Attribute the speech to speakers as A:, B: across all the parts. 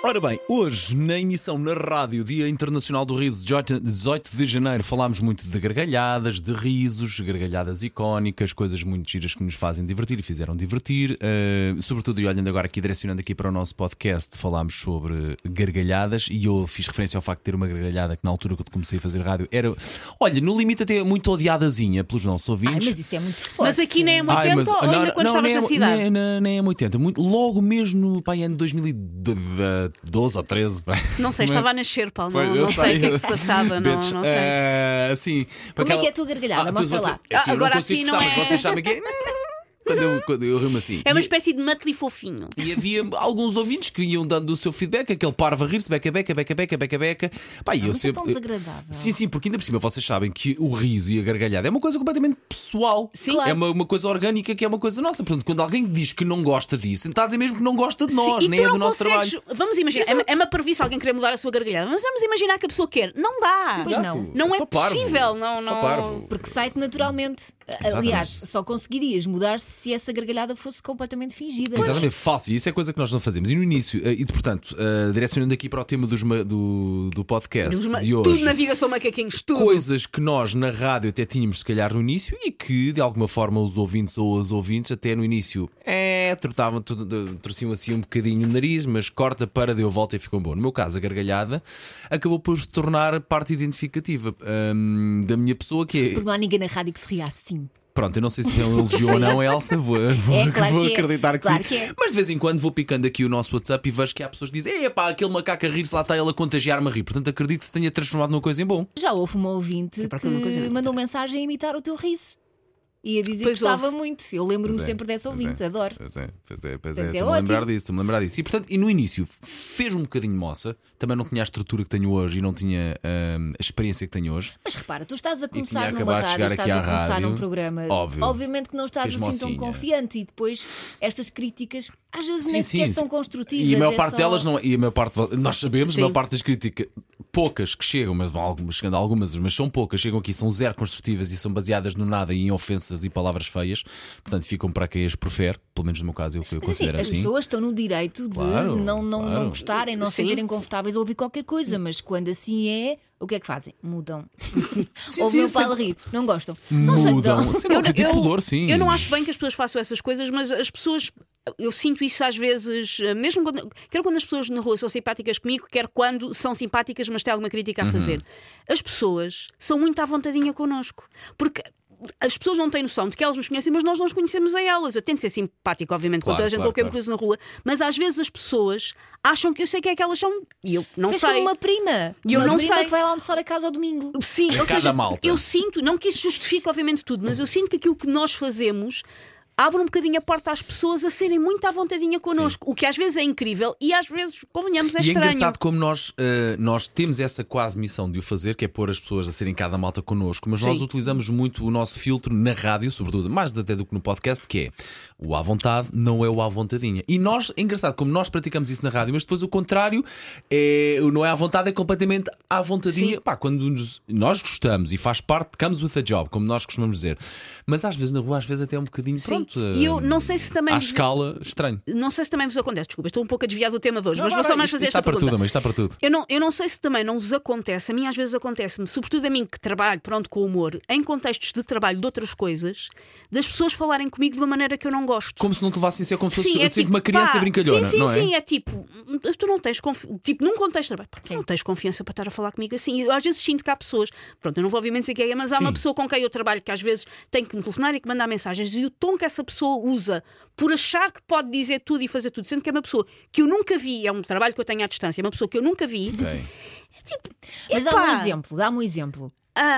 A: Ora bem, hoje na emissão na rádio Dia Internacional do Riso, 18 18 de janeiro, falámos muito de gargalhadas, de risos, gargalhadas icónicas, coisas muito giras que nos fazem divertir e fizeram divertir. Eh, sobretudo, e olhando agora aqui, direcionando aqui para o nosso podcast, falámos sobre gargalhadas e eu fiz referência ao facto de ter uma gargalhada que na altura que eu comecei a fazer rádio era, olha, no limite até muito odiadazinha pelos nossos ouvintes.
B: Mas isso é muito forte.
C: Mas aqui nem é muito
A: Ai,
C: tempo
A: mas-
C: ou ainda quando estavas
A: nem é
C: na
A: mu-
C: cidade?
A: Nem, nem, nem é muito 80. Muito, logo mesmo no pai, ano 2012 ou 13. pá.
C: Não sei, estava a nascer, Paulo.
A: Pois,
C: não
A: eu
C: não sei o que é que se passava. não,
A: Betos,
C: não sei.
A: eh, assim, para
B: Como é que é a tua gargalhada?
A: tu-
B: Mostra
A: você-
B: lá.
A: é assim, eu
C: Agora
A: não consigo
C: assim não
A: gostar, mas
C: é.
A: vocês sabem que é. Quando eu, quando eu rimo assim.
C: É uma
A: E-
C: espécie de matli fofinho.
A: e havia alguns ouvintes que iam dando o seu feedback, aquele parvo a rir-se, beca, beca, beca, beca, beca, beca. Pá, e eu
B: mas é
A: sempre.
B: tão desagradável.
A: Sim, sim, porque ainda por cima vocês sabem que o riso e a gargalhada é uma coisa completamente pessoal.
B: Sim. Claro.
A: É uma, uma coisa orgânica que é uma coisa nossa. Portanto, quando alguém diz que não gosta disso, então está a dizer mesmo que não gosta de nós,
C: Sim, e
A: nem
C: tu
A: é do
C: não
A: nosso
C: consegues.
A: trabalho.
C: Vamos imaginar, é uma,
A: Exato.
C: é uma previsão alguém querer mudar a sua gargalhada. Mas vamos imaginar que a pessoa quer. Não dá.
B: Pois
A: Exato.
B: não.
C: Não é
A: só parvo.
C: possível, não-
A: Só
C: não-
A: parvo.
B: Porque sai-te naturalmente. Aliás, só conseguirias mudar se se essa gargalhada fosse completamente fingida.
A: Exatamente, falso. E isso é coisa que nós não fazemos. E no início, eh, e portanto, eh, direcionando aqui para o tema dos ma- do, do podcast
C: Dos ma-
A: de hoje.
C: Tudo na vida são macaquinhos, tudo.
A: coisas que nós na rádio até tínhamos se calhar no início e que de alguma forma os ouvintes ou as ouvintes até no início é, trotavam, tu- tu- torciam assim um bocadinho o nariz, mas corta para deu volta e ficou bom. No meu caso, a gargalhada acabou por se tornar parte identificativa hum, da minha pessoa que é.
B: Porque não há ninguém na rádio que se ria assim.
A: Pronto, eu não sei se é um elogio ou não, Elsa, vou, vou,
B: É, claro
A: vou
B: que é.
A: acreditar que
B: Claro
A: sim.
B: que é.
A: Mas de vez em quando vou picando aqui o nosso WhatsApp e vejo que há pessoas que dizem: é pá, aquele macaco a rir-se lá está ele a contagiar-me a rir. Portanto, acredito que se tenha transformado numa coisa em bom.
B: Já houve uma ouvinte
C: para
B: que
C: aquela coisa, não é?
B: mandou mensagem a imitar o teu riso. E a dizer
C: Pois
B: que gostava muito. Eu lembro-me
A: Pois é,
B: sempre dessa
A: pois
B: ouvinte,
A: é,
B: adoro.
A: Pois é, pois é, pois é.
B: Portanto, é
A: Estou-me a lembrar
B: ótimo.
A: disso, estou-me a lembrar disso. E portanto, e no início fez um bocadinho de moça, também não tinha a estrutura que tenho hoje e não tinha hum, a experiência que tenho hoje.
B: Mas repara, tu estás a
A: tinha
B: começar numa
A: acabado de
B: rádio,
A: chegar
B: estás
A: aqui à
B: a começar
A: rádio.
B: num programa.
A: Óbvio.
B: Obviamente que não estás
A: Fez
B: assim tão
A: mocinha.
B: confiante e depois estas críticas às vezes nem
A: Sim,
B: sequer
A: sim.
B: são construtivas.
A: E a maior
B: é
A: parte
B: só-
A: delas não é- e a maior parte nós sabemos,
C: Sim.
A: a maior parte das críticas, poucas que chegam, mas vão algumas, chegando a algumas, mas são poucas, chegam aqui, são zero construtivas e são baseadas no nada e em ofensas e palavras feias, portanto ficam para quem as prefere, pelo menos no meu caso eu, eu
B: Mas assim,
A: considero
B: as
A: assim.
B: pessoas estão no direito de
A: Claro,
B: não, não,
A: claro.
B: não gostarem, não se
C: Sim.
B: sentirem confortáveis a ouvir qualquer coisa, mas quando assim é, o que é que fazem? Mudam. Ou
A: sim,
B: meu pai
A: sim.
B: a rir, não gostam.
A: Mudam,
B: Não
A: sem qualquer tipo de pudor, sim.
C: Eu não acho bem que as pessoas façam essas coisas, mas as pessoas. Eu sinto isso às vezes, eh, mesmo quando. Quer quando as pessoas na rua são simpáticas comigo, quer quando são simpáticas, mas têm alguma crítica a
A: Uhum.
C: fazer. As pessoas são muito à vontadinha connosco. Porque. As pessoas não têm noção de que elas nos conhecem, mas nós não as conhecemos a elas. Eu tento ser simpático, obviamente,
A: Claro,
C: com toda a gente
A: claro,
C: com quem me
A: claro.
C: cruzo na rua, mas às vezes as pessoas acham que eu sei quem é que elas são e eu não
B: Fez
C: sei.
B: como uma prima.
C: E eu
B: uma
C: não
B: prima
C: sei.
B: que vai lá almoçar a casa ao domingo.
C: Sim,
A: Na
C: ou
A: casa
C: seja,
A: à malta.
C: eu sinto, não que isso justifique obviamente tudo, mas eu sinto que aquilo que nós fazemos abre um bocadinho a porta às pessoas a serem muito à vontadinha connosco, o que às vezes é incrível e às vezes, convenhamos,
A: E
C: é
A: é
C: estranho.
A: engraçado como nós, eh, nós temos essa quase missão de o fazer, que é pôr as pessoas a serem cada malta connosco, mas nós
C: Sim.
A: utilizamos muito o nosso filtro na rádio, sobretudo, mais até do que no podcast, que é o à vontade não é o à vontadinha. E nós, é engraçado como nós praticamos isso na rádio, mas depois o contrário é o não é à vontade, é completamente à vontadinha.
C: Sim.
A: Pá, quando nos- nós gostamos e faz parte, comes with a job, como nós costumamos dizer. Mas às vezes na rua, às vezes até é um bocadinho
C: Sim.
A: pronto.
C: E eu
A: eh,
C: não sei se também
A: À
C: vos-
A: escala, estranho.
C: Não sei se também vos acontece, desculpa, estou um pouco a desviar do tema de hoje,
A: Não,
C: mas
A: vai,
C: vou só
A: vai,
C: mais
A: isto-
C: fazer
A: isto está
C: esta
A: para
C: pergunta.
A: tudo, mas está para tudo.
C: Eu não, eu não sei se também não vos acontece, a mim às vezes acontece-me, sobretudo a mim que trabalho, pronto, com humor, em contextos de trabalho de outras coisas, das pessoas falarem comigo de uma maneira que eu não gosto.
A: Como se não te levassem a ser como se fosse
C: Sim, é
A: sempre
C: tipo,
A: uma criança
C: pá,
A: brincalhona,
C: sim, sim,
A: não é?
C: Sim, é tipo, tu não tens confiança. Tipo, num contexto de trabalho, pá, tu
B: Sim.
C: não tens confiança para estar a falar comigo assim. E eu às vezes sinto que há pessoas, pronto, eu não vou obviamente dizer quem é, mas há
A: Sim.
C: uma pessoa com quem eu trabalho que às vezes tem que me telefonar e que mandar mensagens. E o tom que essa pessoa usa por achar que pode dizer tudo e fazer tudo, sendo que é uma pessoa que eu nunca vi, é um trabalho que eu tenho à distância, é tipo, uma pessoa que eu nunca vi.
A: Ok.
B: Mas dá-me um
C: Epá!
B: exemplo, dá-me um exemplo.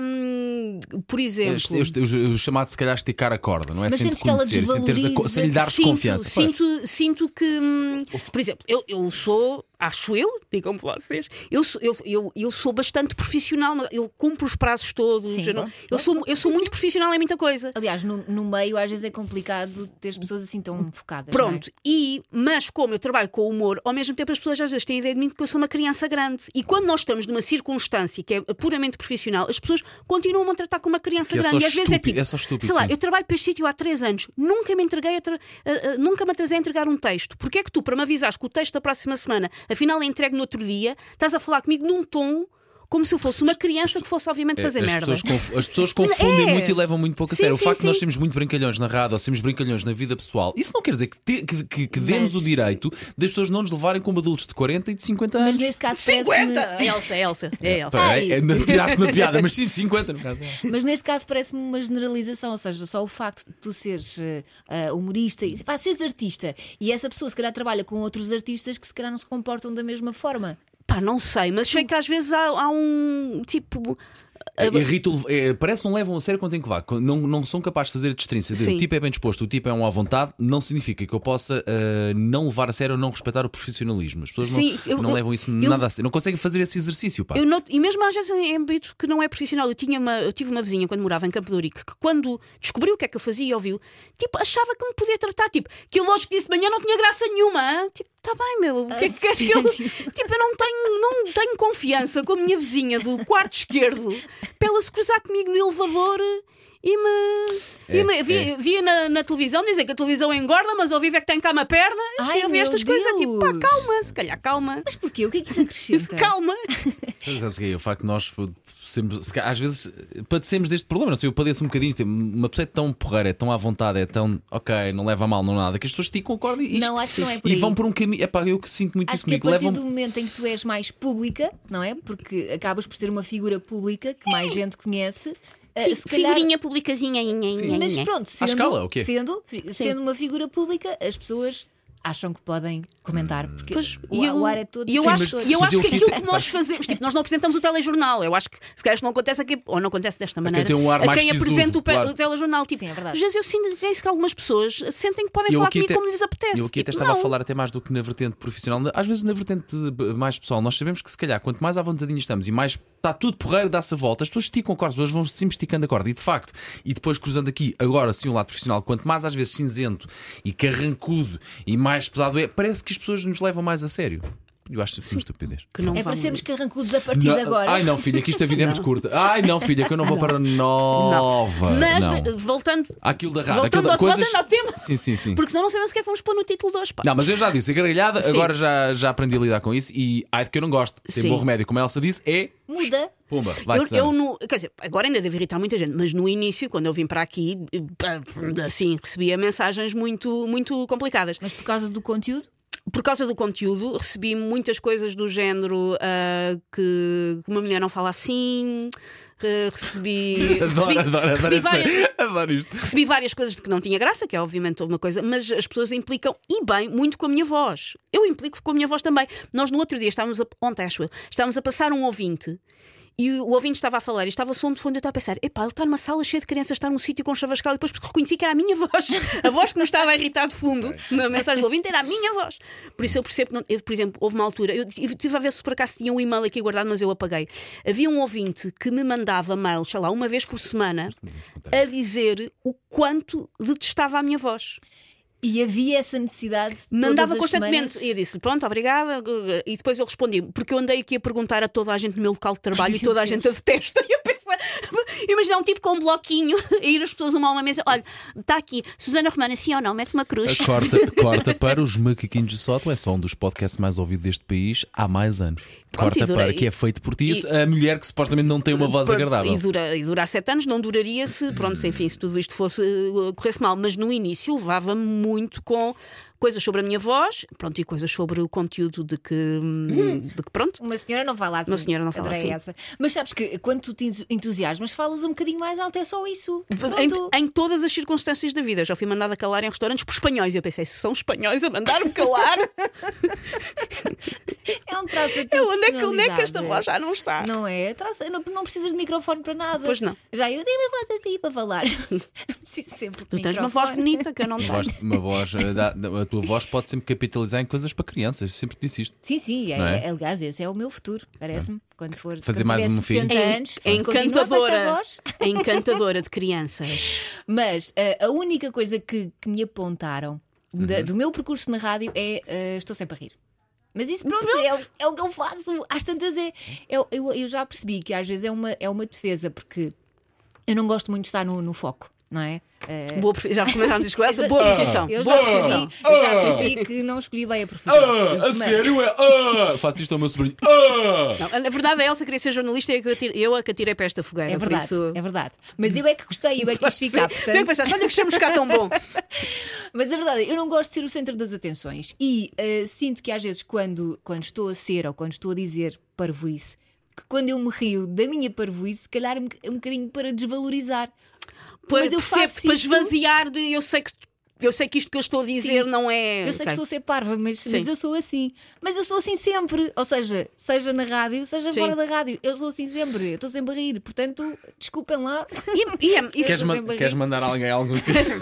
C: Hum, por
A: É,
C: exemplo.
A: este- este- o, o chamado, se calhar, esticar a corda, não é?
B: Mas
A: sem te
B: sentes que ela
A: conhecer, sem, teres a co- sem lhe
B: desvaloriza-
A: dares
C: sinto,
A: confiança. Pois.
C: Sinto, sinto que. hum, Por exemplo, eu, eu sou acho eu, digam-me vocês, eu sou, eu, eu, eu sou bastante profissional, eu cumpro os prazos todos,
B: Sim.
C: eu, não- eu sou, eu sou muito profissional em muita coisa.
B: Aliás, no, no meio às vezes é complicado ter pessoas assim tão focadas. não é?
C: Pronto, e, mas como eu trabalho com humor, ao mesmo tempo as pessoas às vezes têm a ideia de mim de que eu sou uma criança grande. E quando nós estamos numa circunstância que é puramente profissional, as pessoas continuam a tratar como uma criança
A: Que é só
C: grande. e às vezes é
A: estúpido,
C: tipo,
A: é só estúpido,
C: sei lá,
A: sim.
C: eu trabalho para este sítio há três anos, nunca me entreguei a tra- a- a- nunca me atrasei a entregar um texto. Porquê é que tu, para me avisares que o texto da próxima semana, afinal é entregue no outro dia, estás a falar comigo num tom como se eu fosse uma criança que fosse obviamente fazer
A: é, as
C: merda.
A: pessoas, conf- as pessoas confundem
C: É.
A: muito e levam muito pouco a
C: Sim,
A: sério. o
C: sim,
A: facto de nós
C: sim.
A: sermos muito brincalhões na rádio ou sermos brincalhões na vida pessoal, isso não quer dizer que, te- que- que- que demos
B: Mas-
A: o direito das pessoas não nos levarem como adultos de 40 e de 50 anos.
B: Mas neste caso parece-me.
C: 50! Elsa, Elsa, é Elsa.
A: Peraí,
B: Ai.
A: ainda tiraste uma piada, mas sim de 50 no caso. é.
B: Mas neste caso parece-me uma generalização, ou seja, só o facto de tu seres eh, ah, humorista e pá, seres artista e essa pessoa se calhar trabalha com outros artistas que se calhar não se comportam da mesma forma.
C: Pá, não sei, mas sei que às vezes há, há um tipo.
A: Irrito, é, parece que não levam a sério quando tem que levar. Quando Não, não são capazes de fazer a distinção. de
C: Sim.
A: O tipo é bem disposto, o tipo é um à vontade. Não significa que eu possa ah, não levar a sério ou não respeitar o profissionalismo. As pessoas
C: Sim,
A: não,
C: eu-
A: não
C: eu-
A: levam isso
C: eu-
A: nada a sério. Não conseguem fazer esse exercício. Pá.
C: Eu noto- e mesmo às vezes em âmbito que não é profissional, eu, tinha uma- eu tive uma vizinha quando morava em Campo de Ourique que, quando descobriu o que é que eu fazia e ouviu, tipo, achava que me podia tratar. Tipo, que lógico disse de manhã não tinha graça nenhuma. hã? Tipo, tá bem, meu, o que é que queres que eu.
B: Ah, sim.
C: Tipo, eu não tenho, não tenho confiança com a minha vizinha do quarto esquerdo para ela se cruzar comigo no elevador. E me. e
A: É,
C: me- vi-
A: é.
C: via na, na televisão dizer que a televisão engorda, mas ao vivo é que tem cá uma perna.
B: Ai,
C: eu vi
B: meu
C: estas coisas, tipo, pá,
B: Deus.
C: calma, se calhar calma.
B: Mas porquê? O que é que isso acrescenta?
C: Calma.
A: Mas sabes o que é? O facto de nós pô, sempre, se calhar, às vezes eh, padecemos deste problema. Não sei, eu padeço um bocadinho. tipo, Uma pessoa é tão porreira, é tão à vontade, é tão ok, não leva a mal, não nada, que as pessoas te concordam e isto-
B: Não, acho que não é por
A: E
B: aí.
A: vão por um caminho. É pá, eu que sinto muito
B: Acho
A: isso um
B: que a
A: comigo.
B: partir
A: Levam
B: do momento em que tu és mais pública, não é? Porque acabas por ser uma figura pública que mais gente conhece. ah, se calhar-
C: É. Figurinha publicazinha. Inha, inha,
B: Mas
C: inha.
B: pronto, sendo,
A: escala, o quê?
B: sendo, sendo uma figura pública, as pessoas acham que podem
A: Hum.
B: comentar, porque
C: Pois,
B: o,
C: e eu-
B: o ar é todo
C: E eu
B: para
C: acho,
B: todos.
C: e eu
A: Mas
C: acho
A: eu
C: que
A: aqui
C: aquilo
A: tenho-
C: que nós fazemos, tipo, nós não apresentamos o telejornal. Eu acho que se calhar isto não acontece aqui, ou não acontece desta maneira.
A: tem um ar mais
C: quem
A: sisudo,
C: apresenta o, pe-
A: claro.
C: o telejornal, tipo,
B: Sim, é verdade.
C: às vezes eu sinto que é isso que algumas pessoas sentem que podem
A: Eu
C: falar
A: aqui
C: comigo
A: até-
C: como lhes apetece.
A: Eu aqui até
C: Tipo,
A: estava a
C: não.
A: falar até mais do que na vertente profissional. Às vezes na vertente eh, mais pessoal, nós sabemos que se calhar quanto mais à vontadinha estamos e mais está tudo porreiro, dá-se a volta, as pessoas esticam a corda, as pessoas vão sempre esticando a corda. E de facto, e depois cruzando aqui, agora sim, o lado profissional, quanto mais às vezes cinzento e carrancudo e mais pesado é, parece que as pessoas nos levam mais a sério. Eu acho isso uma estupidez.
C: Que não
B: É
C: vão-
B: para sermos carrancudos a partir de
A: Não,
B: agora.
A: Ai não, filha, que isto a vida é muito curta. Ai não, filha, que eu não vou para
C: Não.
A: nova.
C: Mas
A: não.
C: de- voltando.
A: Aquilo da rádio,
C: Voltando,
A: aquilo da
C: ao,
A: coisas.
C: voltando ao tema.
A: Sim, sim, sim.
C: Porque senão não sabemos o que é que vamos pôr no título de hoje. pá.
A: Não, mas eu já disse, a gargalhada,
C: Sim.
A: agora já, já aprendi a lidar com isso e ai de que eu não gosto. Tem
C: Sim.
A: bom remédio, como a Elsa disse, é.
B: Muda.
A: Pumba, vai
C: Eu,
A: ser.
C: eu no- quer dizer, agora ainda deve irritar muita gente, mas no início, quando eu vim para aqui, assim, recebia mensagens muito, muito complicadas.
B: Mas por causa do conteúdo,
C: por causa do conteúdo, recebi muitas coisas do género ah, que uma mulher não fala assim. eh, recebi. recebi,
A: Adoro, adoro, adoro,
C: recebi
A: essa-
C: várias,
A: adoro isto.
C: recebi várias coisas de que não tinha graça, que é obviamente uma coisa, mas as pessoas implicam e bem muito com a minha voz. Eu implico com a minha voz também. Nós no outro dia estávamos a, ontem, acho eu, estávamos a passar um ouvinte. E o ouvinte estava a falar e estava o som de fundo. Eu estava a pensar: epá, ele está numa sala cheia de crianças, está num sítio com um chavascal. E depois reconheci que era a minha voz. A voz que me estava a irritar de fundo na mensagem do ouvinte era a minha voz. Por isso eu percebo, que não- eu, por exemplo, houve uma altura, eu estive a ver se por acaso tinha um e-mail aqui guardado, mas eu apaguei. Havia um ouvinte que me mandava mail, sei lá, uma vez por semana, a dizer o quanto detestava a minha voz.
B: e havia essa necessidade. todas
C: Mandava
B: as
C: constantemente.
B: semanas.
C: E eu disse, pronto, obrigada. E depois eu respondi, porque eu andei aqui a perguntar a toda a gente no meu local de trabalho
B: Ai,
C: e toda a
B: meu
C: gente a
B: Deus.
C: detesta. E eu penso, imagina um tipo com um bloquinho a ir as pessoas uma a uma mesa. Olha, está aqui, Susana Romana, sim ou não? Mete uma cruz.
A: Corta, corta para os macaquinhos de sótão, é só um dos podcasts mais ouvidos deste país há mais anos.
C: Pronto,
A: Corta
C: e dura-
A: para, que é feito por ti, a mulher que supostamente não tem uma voz é
C: Pronto,
A: agradável.
C: E dura, e dura há sete anos, não duraria se, pronto, se, enfim, se tudo isto fosse eh, corresse mal. Mas no início levava muito com coisas sobre a minha voz, pronto, e coisas sobre o conteúdo de que, hum, de que pronto.
B: Uma senhora não fala assim.
C: Uma senhora não fala
B: Adorei
C: assim.
B: essa. Mas sabes que quando tu te entusiasmas, falas um bocadinho mais alto, é só isso.
C: Em,
B: Pronto.
C: em todas as circunstâncias da vida. Já fui mandada calar em restaurantes por espanhóis. Eu pensei, se são espanhóis a mandar-me calar.
B: É um traço da tua
C: Eu, onde, é que, onde é que esta
B: personalidade.
C: voz já não está?
B: Não é? Traço, não, não precisas de microfone para nada.
C: Pois não.
B: Já eu tenho uma voz assim para falar. Preciso sempre de
C: Tu tens uma voz
B: microfone.
C: bonita que eu não
A: Uma
C: tenho.
A: voz, uma voz, eh, dá- dá- a tua voz pode sempre capitalizar em coisas para crianças, sempre te disse isto.
B: Sim, sim, é,
A: Não é?
B: é- aliás, esse é o meu futuro, parece-me. Quando for
A: Fazer
B: quando
A: mais
B: tiver
A: um filho.
B: 60 anos,
C: É
B: se continuar com esta
C: encantadora.
B: voz.
C: É encantadora de crianças.
B: Mas eh, a única coisa que, que me apontaram
A: Uhum.
B: da- do meu percurso na rádio é eh, estou sempre a rir. Mas isso pronto, É, o- é o que eu faço. Às tantas é. Eu, eu, eu já percebi que às vezes é uma, é uma defesa, porque eu não gosto muito de estar no, no foco, não é? Eh,
C: Boa profi- Já começámos isto com essa?
B: eu já-
C: Boa profissão.
B: Eu
C: Boa
B: já,
C: profissão.
B: percebi, eu
A: Ah.
B: já percebi que não escolhi bem a profissão. Mas-
A: É, faço isto ao meu sobrinho. Ah!
C: Não, Na verdade, a Elsa queria ser jornalista e eu, que a tirei- eu a que a tirei para esta fogueira.
B: É verdade,
C: por isso...
B: é verdade. Mas eu é que gostei, eu é que quis ficar.
C: Tu é que
B: Portanto,
C: pensaste, olha que estamos cá tão bom.
B: Mas a verdade, é, eu não gosto de ser o centro das atenções e eh, sinto que às vezes quando, quando estou a ser ou quando estou a dizer parvoíce, que quando eu me rio da minha parvoíce, se calhar é um, é um bocadinho para desvalorizar.
C: Para,
B: Mas eu
C: percebo,
B: faço
C: para
B: isso-
C: esvaziar de eu sei que eu sei que isto que eu estou a dizer
B: Sim.
C: não é.
B: Eu sei que
C: Ok.
B: estou a ser parva, mas, mas eu sou assim. Mas eu sou assim sempre. Ou seja, seja na rádio, seja
C: Sim.
B: fora da rádio, eu sou assim sempre. Eu estou sempre a rir. Portanto, desculpem lá.
C: E, e é- isso-
A: Queres,
B: Estou
A: man-
B: sempre a
A: queres
B: rir.
A: mandar alguém a algum sítio?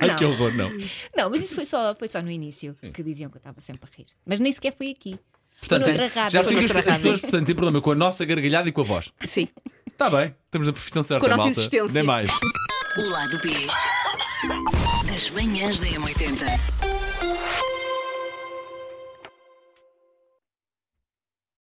A: Ai, que
B: Não.
A: horror, não.
B: Não, mas isso foi só, foi só no início que diziam que eu estava sempre a rir. Mas nem sequer foi aqui.
A: Portanto,
B: foi noutra rádio.
A: já
B: Foi
A: fico as,
B: noutra
A: as
B: rádio.
A: pessoas portanto, têm problema com a nossa gargalhada e com a voz.
C: é, Sim.
A: Está bem, temos a profissão certa,
C: Com a nossa
A: malta.
C: existência.
A: Nem mais.
D: O lado B das manhãs da M80.